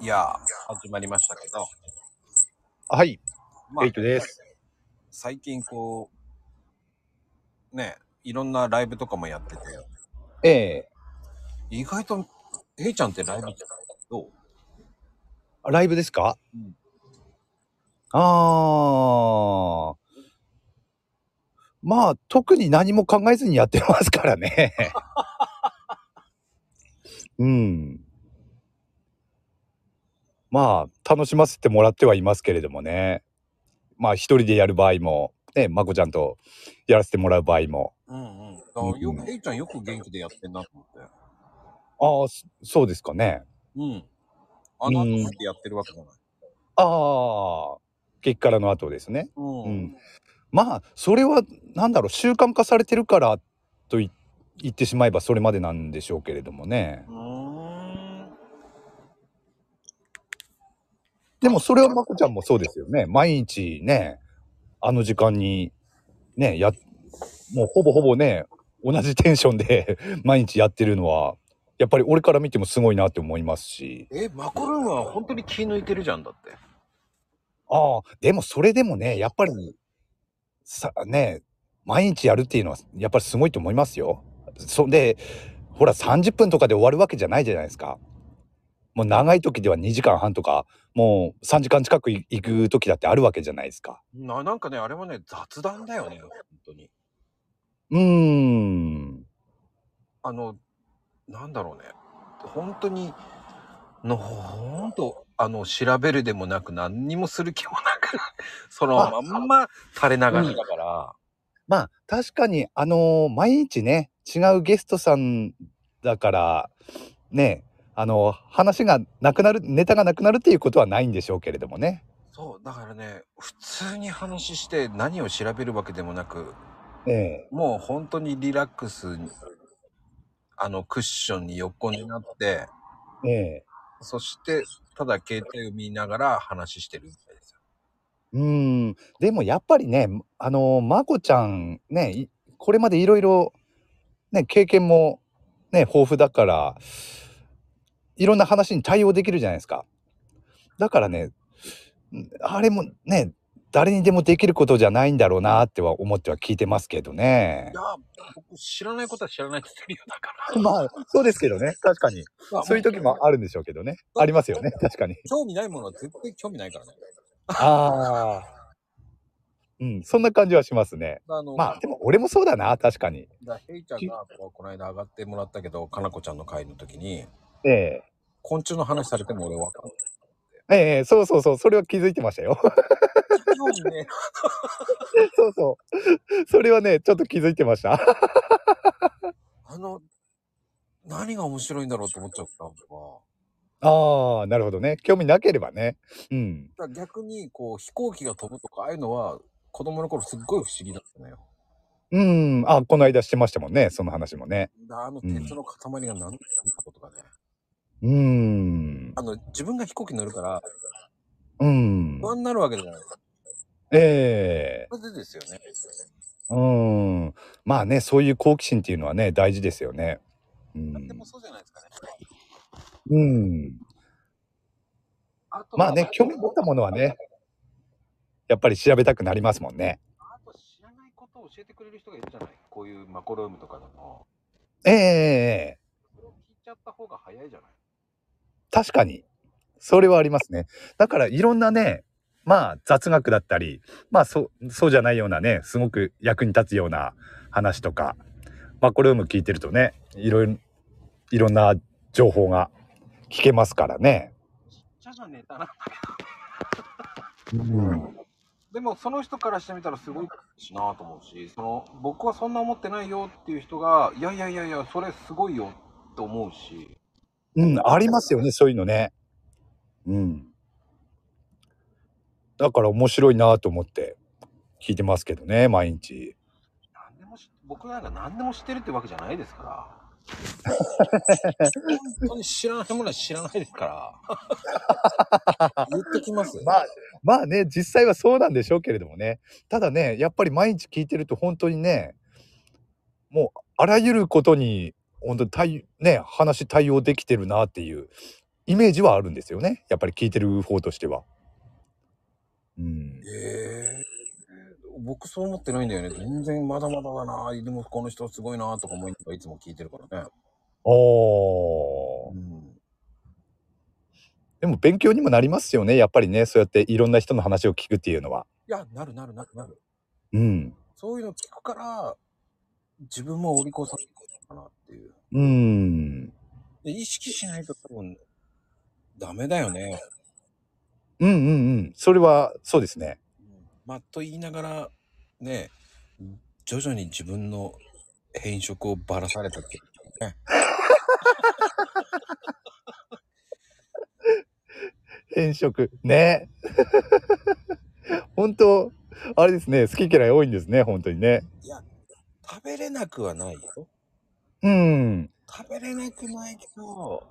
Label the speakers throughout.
Speaker 1: いやー、始まりましたけど、
Speaker 2: あはい、
Speaker 1: まあ
Speaker 2: エイ、トです。
Speaker 1: 最近こう、ね、いろんなライブとかもやってて、
Speaker 2: ええ
Speaker 1: 意外と、ヘイちゃんってライブってどう
Speaker 2: あライブですか、
Speaker 1: うん
Speaker 2: ああ。まあ、特に何も考えずにやってますからね。 うん。まあ、楽しませてもらってはいますけれどもね。まあ、一人でやる場合も、ね、まこちゃんとやらせてもらう場合も。
Speaker 1: うんうん。だからよ
Speaker 2: うんう
Speaker 1: く、
Speaker 2: ん
Speaker 1: ヘイちゃんよく元気でやってんなと思って。
Speaker 2: ああ、そそうですかね。
Speaker 1: うん。あの後
Speaker 2: うん
Speaker 1: 見てやってるわけじゃない。
Speaker 2: ああ、結果からの後ですね。
Speaker 1: うん。
Speaker 2: うんまあそれはなんだろう習慣化されてるからとい言ってしまえばそれまでなんでしょうけれどもね
Speaker 1: うーん。
Speaker 2: でもそれはまこちゃんもそうですよね毎日ねあの時間にねやもうほぼほぼね同じテンションで 毎日やってるのはやっぱり俺から見てもすごいなって思いますし
Speaker 1: え、マコルームは本当に気抜いてるじゃんだって。
Speaker 2: ああでもそれでもねやっぱりさね毎日やるっていうのはやっぱりすごいと思いますよ。そんでほら30分とかで終わるわけじゃないじゃないですか。もう長い時では2時間半とかもう3時間近くい行く時だってあるわけじゃないですか。
Speaker 1: ななんかね、あれはね、雑談だよね、本当に。
Speaker 2: うーん
Speaker 1: あの、なんだろうね。本当に、のほんと、あの、調べるでもなく、何にもする気もなく、 そのま
Speaker 2: あ
Speaker 1: んま垂れ流しだから。
Speaker 2: まあ確かにあのー毎日ね違うゲストさんだからねあの話がなくなるネタがなくなるっていうことはないんでしょうけれどもね。
Speaker 1: そう、だからね、普通に話して何を調べるわけでもなく、
Speaker 2: ええ
Speaker 1: もう本当にリラックスに、あの、クッションに横になって、
Speaker 2: ええ
Speaker 1: そして、ただ携帯を見ながら話してるみたいですよ。
Speaker 2: うーんでもやっぱりねあのまこちゃんねいこれまでいろいろね経験もね豊富だからいろんな話に対応できるじゃないですかだからねんあれもね誰にでもできることじゃないんだろうなっては思っては聞いてますけどね
Speaker 1: いや。、僕知らないことは知らないって言ってるよ、だから。
Speaker 2: まあそうですけどね確かにそういう時もあるんでしょうけどねあります よね確かに。
Speaker 1: 興味ないものは絶対興味ないからね。
Speaker 2: ああ。うんそんな感じはしますね。
Speaker 1: あの、
Speaker 2: まあでも俺もそうだな確かに。
Speaker 1: だヘイちゃんがこうこの間上がってもらったけど、かなこちゃんの会の時に、
Speaker 2: ええ
Speaker 1: 昆虫の話されても俺は
Speaker 2: ええそうそうそうそれは気づいてましたよ
Speaker 1: 興味ね
Speaker 2: そうそうそれはねちょっと気づいてました
Speaker 1: あの、何が面白いんだろうと思っちゃったのか。
Speaker 2: ああなるほどね興味なければねうん
Speaker 1: だから逆に、こう、飛行機が飛ぶとか、ああいうのは、子供の頃すっごい不思議だったのよ。
Speaker 2: うんあこの間してましたもんねその話もね
Speaker 1: だあの鉄の塊が何だったことかね。
Speaker 2: うん
Speaker 1: あの、自分が飛行機乗るから、
Speaker 2: うん
Speaker 1: 不安になるわけじゃない。
Speaker 2: ええ
Speaker 1: それでですよね。
Speaker 2: うんまあねそういう好奇心っていうのはね大事ですよねう
Speaker 1: 何
Speaker 2: ん
Speaker 1: でもそうじゃないですかね。
Speaker 2: うん
Speaker 1: あとは
Speaker 2: まあね興味持ったものはねやっぱり調べたくなりますもんね
Speaker 1: あと知らないことを教えてくれる人がいるじゃないこういうマコルームとかでも。
Speaker 2: ええええ
Speaker 1: それを聞いちゃった方が早いじゃない
Speaker 2: 確かにそれはありますねだからいろんなねまあ雑学だったりまあそうそうじゃないようなねすごく役に立つような話とかマクローム聞いてるとねいろいろいろんな情報が聞けますからね。
Speaker 1: ちっちゃなネタなんだ
Speaker 2: うん、
Speaker 1: でもその人からしてみたらすごいしなと思うし、その僕はそんな思ってないよっていう人が、いやいやいやいや、それすごいよと思うし、
Speaker 2: うん、ありますよねそういうのね。うん、だから面白いなと思って聞いてますけどね毎日。
Speaker 1: 何でもし僕なんか何でも知ってるってわけじゃないですから。本当に知らないものは知らないですから。言っときます。
Speaker 2: まあ、まあね、実際はそうなんでしょうけれどもね。ただね、やっぱり毎日聞いてると本当にね、もうあらゆることに本当に対ね、話対応できてるなっていうイメージはあるんですよねやっぱり聞いてる方としては。うん、
Speaker 1: ええ僕そう思ってないんだよね。全然まだまだだな。でもこの人すごいなとか思いながらいつも聞いてるからね。
Speaker 2: おー
Speaker 1: うん。
Speaker 2: でも勉強にもなりますよねやっぱりねそうやっていろんな人の話を聞くっていうのは。
Speaker 1: いや、なるなるなるなる。
Speaker 2: うん、
Speaker 1: そういうの聞くから、自分もお利口さんかなっていう。
Speaker 2: うん
Speaker 1: で意識しないと多分、ダメだよね。
Speaker 2: うんうんうんそれはそうですね。
Speaker 1: まあ、と言いながら、ね、徐々に自分の変色をばらされたっていうね。
Speaker 2: 変色ね 本当あれですね好き嫌い多いんですね本当にね
Speaker 1: いや、食べれなくはないよ。
Speaker 2: うん
Speaker 1: 食べれなくないけど、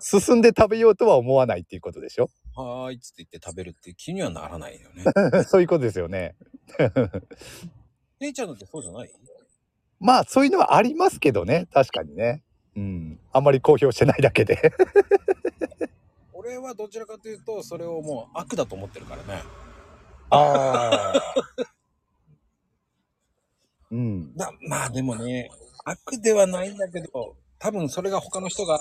Speaker 2: 進んで食べようとは思わないっていうことでしょ
Speaker 1: はーいっつって言って食べるっていう気にはならないよね。
Speaker 2: そういうことですよね
Speaker 1: 姉ちゃんだってそうじゃない
Speaker 2: まあそういうのはありますけどね確かにねうんあんまり公表してないだけで
Speaker 1: 俺はどちらかというと、それをもう悪だと思ってるからね。
Speaker 2: ああ うん
Speaker 1: だまあでもね、悪ではないんだけど、多分それが他の人が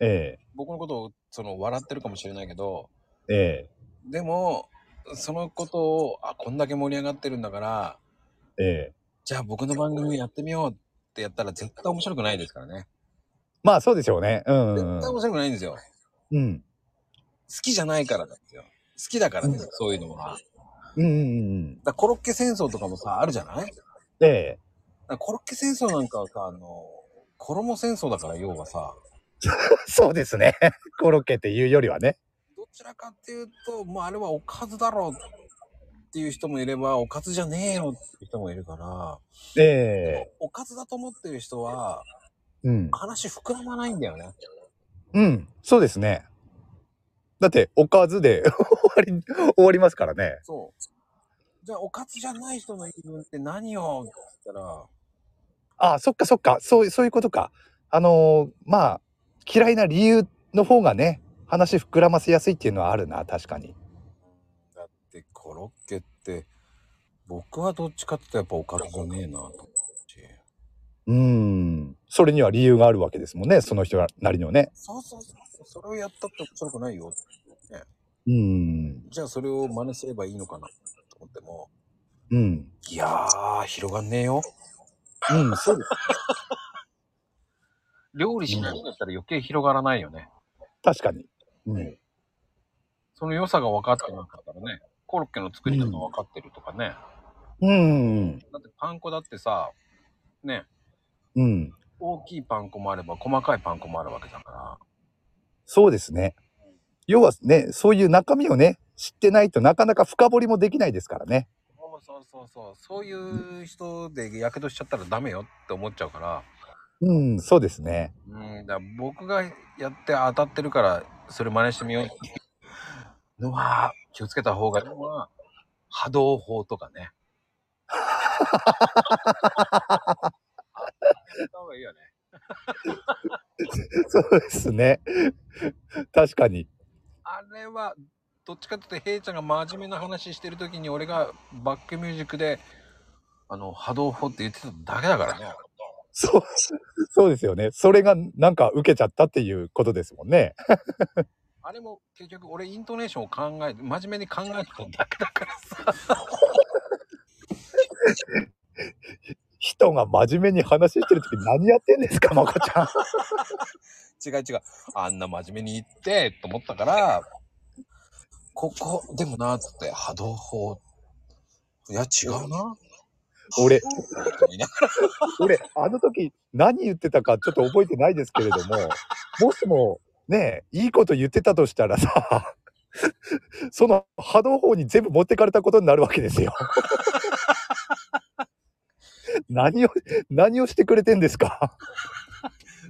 Speaker 2: え
Speaker 1: 僕のことをその笑ってるかもしれないけど、
Speaker 2: ええ
Speaker 1: でも、そのことを、あ、こんだけ盛り上がってるんだから、
Speaker 2: えええ
Speaker 1: じゃあ僕の番組やってみようってやったら絶対面白くないですからね。
Speaker 2: まあそうでしょうねうんう
Speaker 1: 絶
Speaker 2: ん
Speaker 1: 対面白くないんですよ。
Speaker 2: うん
Speaker 1: 好きじゃないからなんですよ。好きだからね、そういうのは。だか
Speaker 2: うんうんうん
Speaker 1: らコロッケ戦争とかもさ、あるじゃないだか
Speaker 2: ええ
Speaker 1: らコロッケ戦争なんかはさ、あの、衣戦争だから要はさ、
Speaker 2: そうですね コロッケっていうよりはね
Speaker 1: どちらかっていうと、もうあれはおかずだろうっていう人もいれば、おかずじゃねえよっていう人もいるから、
Speaker 2: ええ
Speaker 1: おかずだと思ってる人は、
Speaker 2: うん
Speaker 1: 話膨らまないんだよね。
Speaker 2: うん、そうですね。だって、おかずで 終わり、終わりますからね。
Speaker 1: そう。じゃあ、おかずじゃない人の言い分って何をって言ったら、
Speaker 2: ああ、そっかそっか。そう、そういうことか。あのーまあ、嫌いな理由の方がね、話膨らませやすいっていうのはあるな、確かに。
Speaker 1: だってコロッケって、僕はどっちかって言ったらやっぱおかずじゃねえなと思うし。
Speaker 2: うーん。それには理由があるわけですもんね、その人なりのね。
Speaker 1: そうそうそうそう。それをやったって面白くないよ。
Speaker 2: うーん。
Speaker 1: じゃあ、それを真似すればいいのかなと思っても、
Speaker 2: うん。
Speaker 1: いやー、広がんねえよ。
Speaker 2: うん、そうです。
Speaker 1: 料理しないんだったら余計広がらないよね。
Speaker 2: 確かに。うん。
Speaker 1: その良さが分かってなかったらね、コロッケの作り方が分かってるとかね。
Speaker 2: うん。
Speaker 1: だってパン粉だってさ、ね、
Speaker 2: うん。
Speaker 1: 大きいパン粉もあれば細かいパン粉もあるわけだから。
Speaker 2: そうですね。要はね、そういう中身をね、知ってないとなかなか深掘りもできないですからね。
Speaker 1: そうそうそうそう。そういう人でやけどしちゃったらダメよって思っちゃうから。
Speaker 2: うん、そうですね。
Speaker 1: うん、だから僕がやって当たってるから、それ真似してみようっていうのは、気をつけた方がいいのは、波動法とかね。あやった方がいいよね。
Speaker 2: そうですね。確かに。
Speaker 1: あれは、どっちかっていうと、ヘイちゃんが真面目な話してる時に、俺がバックミュージックで、あの、波動法って言ってただけだからね。
Speaker 2: そう、そうですよね。それがなんか受けちゃったっていうことですもんね。
Speaker 1: あれも結局俺イントネーションを考えて真面目に考えてただけだからさ
Speaker 2: 人が真面目に話してる時何やってんですか、まこち ゃん。
Speaker 1: 違う違うあんな真面目に言ってと思ったからここでもなっつって波動法いや違うな
Speaker 2: 俺、
Speaker 1: と思いながら
Speaker 2: 俺、あの時何言ってたかちょっと覚えてないですけれども、もしも、ねえ、いいこと言ってたとしたらさ、その波動法に全部持ってかれたことになるわけです よ。何を、何をしてくれてんですか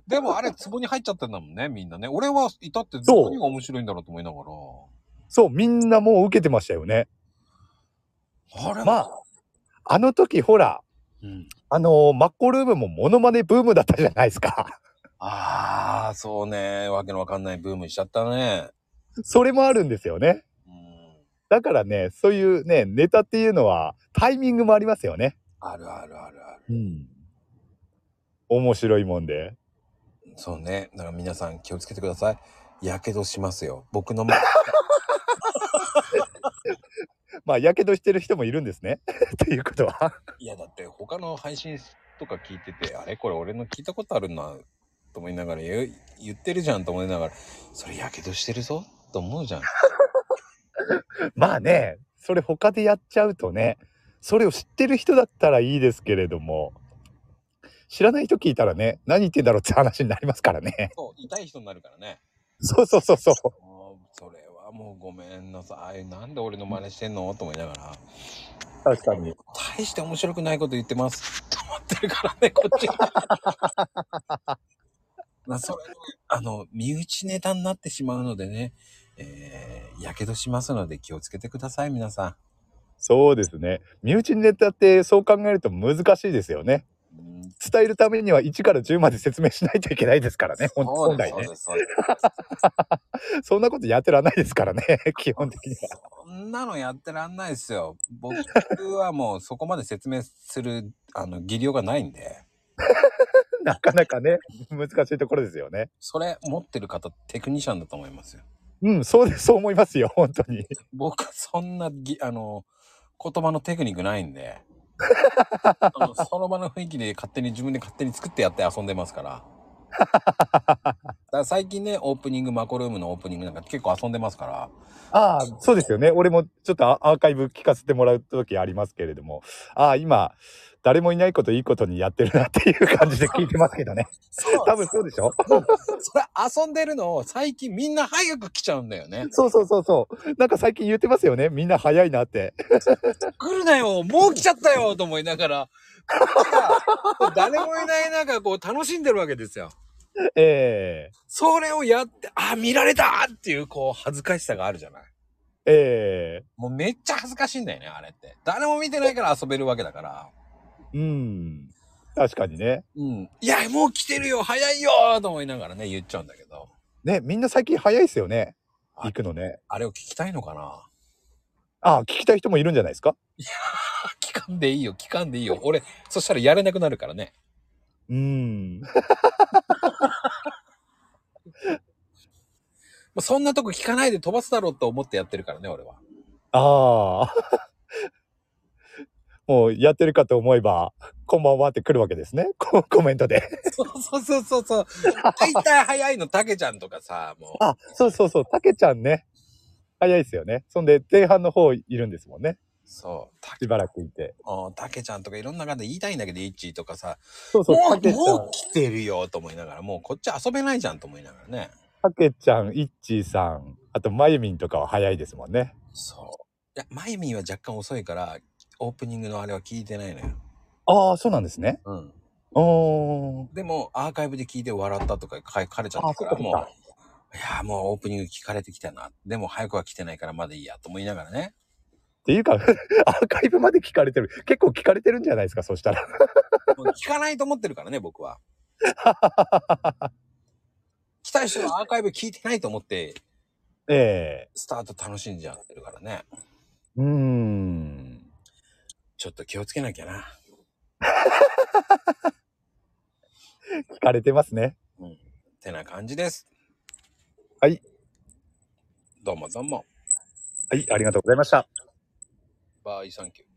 Speaker 1: でもあれ壺に入っちゃってんだもんねみんなね俺はいたって
Speaker 2: そう
Speaker 1: 何が面白いんだろうと思いながら
Speaker 2: そう、みんなもう受けてましたよね。
Speaker 1: あれ
Speaker 2: まあ、あの時ほら、
Speaker 1: うん、
Speaker 2: あのーマッコルームもモノマネブームだったじゃないですか。
Speaker 1: ああ、そうね。わけのわかんないブームしちゃったね。
Speaker 2: それもあるんですよね。
Speaker 1: うん。
Speaker 2: だからね、そういうね、ネタっていうのはタイミングもありますよね。
Speaker 1: あるあるあるある。
Speaker 2: うん。面白いもんで。
Speaker 1: そうね。だから皆さん気をつけてください。やけどしますよ。僕のも。
Speaker 2: まあ、やけどしてる人もいるんですね。 ということは。
Speaker 1: いや、だって他の配信とか聞いてて、あれこれ俺の聞いたことあるな、と思いながら言う言ってるじゃんと思いながら、それやけどしてるぞと思うじゃん。
Speaker 2: まあね、それ他でやっちゃうとね、それを知ってる人だったらいいですけれども、知らない人聞いたらね、何言ってんだろうって話になりますからね。
Speaker 1: そう、痛い人になるからね。
Speaker 2: そうそうそうそう。
Speaker 1: もうそれはもうごめんなさい。なんで俺の真似してんのと思いながら。
Speaker 2: 確かに。
Speaker 1: 大して面白くないこと言ってます。と思ってるからね、こっちが。 まあ、それ、あの、身内ネタになってしまうのでね、えー、やけどしますので気をつけてください、皆さん。
Speaker 2: そうですね。身内ネタってそう考えると難しいですよね。
Speaker 1: うん
Speaker 2: 伝えるためには1から10まで説明しないといけないですからね。本
Speaker 1: そう
Speaker 2: 本
Speaker 1: です
Speaker 2: 来
Speaker 1: そう
Speaker 2: ね。
Speaker 1: ですそうです
Speaker 2: そんなことやってらんないですからね。 基本的には。
Speaker 1: そんなのやってらんないですよ。僕はもうそこまで説明する、あの、技量がないんで。
Speaker 2: なかなかね、難しいところですよね。
Speaker 1: それ持ってる方、テクニシャンだと思いますよ。
Speaker 2: うん、そうです。そう思いますよ。本当に。
Speaker 1: 僕、そんなぎ、あの、言葉のテクニックないんで。あのその場の雰囲気で勝手に自分で勝手に作ってやって遊んでますから。だから最近ね、オープニング、マコルームのオープニングなんか結構遊んでますから。
Speaker 2: ああ、そうですよね。俺もちょっとアアーカイブ聞かせてもらう時ありますけれども、ああ、今、誰もいないこといいことにやってるなっていう感じで聞いてますけどね。
Speaker 1: そう
Speaker 2: 多分そうでしょ
Speaker 1: それ遊んでるのを最近みんな早く来ちゃうんだよね。
Speaker 2: そうそうそうそう。なんか最近言ってますよね。みんな早いなって。
Speaker 1: 来るなよもう来ちゃったよと思いながら、こっちが誰もいない中、こう楽しんでるわけですよ。
Speaker 2: え
Speaker 1: それをやって、あ、見られたっていう、こう、恥ずかしさがあるじゃない。
Speaker 2: ええ
Speaker 1: もうめっちゃ恥ずかしいんだよね、あれって。誰も見てないから遊べるわけだから。
Speaker 2: えうん。確かにね。
Speaker 1: うん。いや、もう来てるよ早いよと思いながらね、言っちゃうんだけど。
Speaker 2: ね、みんな最近早いですよね。
Speaker 1: はい
Speaker 2: 行くのね。
Speaker 1: あれを聞きたいのかな
Speaker 2: ああ、聞きたい人もいるんじゃないです
Speaker 1: あ
Speaker 2: か
Speaker 1: 聞かんでいいよ、聞かんでいいよ。俺、そしたらやれなくなるからね。
Speaker 2: うん。
Speaker 1: もうそんなとこ聞かないで飛ばすだろうと思ってやってるからね、俺は。
Speaker 2: あ あ。もうやってるかと思えば、こんばんはって来るわけですね。 こコメントで。
Speaker 1: そうそうそうそうそう。大体早いの、たけちゃんとかさ、もう。
Speaker 2: あ、そうそうそう。たけちゃんね。早いですよね。そんで、前半の方いるんですもんね。
Speaker 1: そう。た
Speaker 2: しばらくいて。
Speaker 1: おたけちゃんとかいろんな方言いたいんだけど、いっちーとかさ、
Speaker 2: そうそう。
Speaker 1: も
Speaker 2: た
Speaker 1: う、
Speaker 2: けちゃ
Speaker 1: も
Speaker 2: ん
Speaker 1: う。来てるよと思いながら、もうこっち遊べないじゃんと思いながらね。
Speaker 2: たけちゃん、いっちーさん、あと、まゆみんとかは早いですもんね。
Speaker 1: そう。いや、まゆみんは若干遅いから、オープニングのあれは聞いてないのよ。
Speaker 2: ああ、そうなんですね。
Speaker 1: うん。
Speaker 2: おー。
Speaker 1: でも、アーカイブで聞いて笑ったとか書かれちゃっ
Speaker 2: あ
Speaker 1: た
Speaker 2: そ
Speaker 1: か、
Speaker 2: っからそ
Speaker 1: も
Speaker 2: っ
Speaker 1: う、
Speaker 2: か。
Speaker 1: いやー、もうオープニング聞かれてきたな。でも、早くは来てないからまだいいやと思いながらね。
Speaker 2: っていうか、 アーカイブまで聞かれてる。結構聞かれてるんじゃないですか、そしたら。
Speaker 1: もう聞かないと思ってるからね、僕 は。来た人はアーカイブ聞いてないと思って、
Speaker 2: ええ
Speaker 1: スタート楽しんじゃってるからね。
Speaker 2: うーん。
Speaker 1: ちょっと気をつけなきゃな。
Speaker 2: 聞かれてますね。
Speaker 1: ってな感じです。
Speaker 2: はい。
Speaker 1: どうもどうも。
Speaker 2: はい、ありがとうございました。
Speaker 1: バイサンキュー。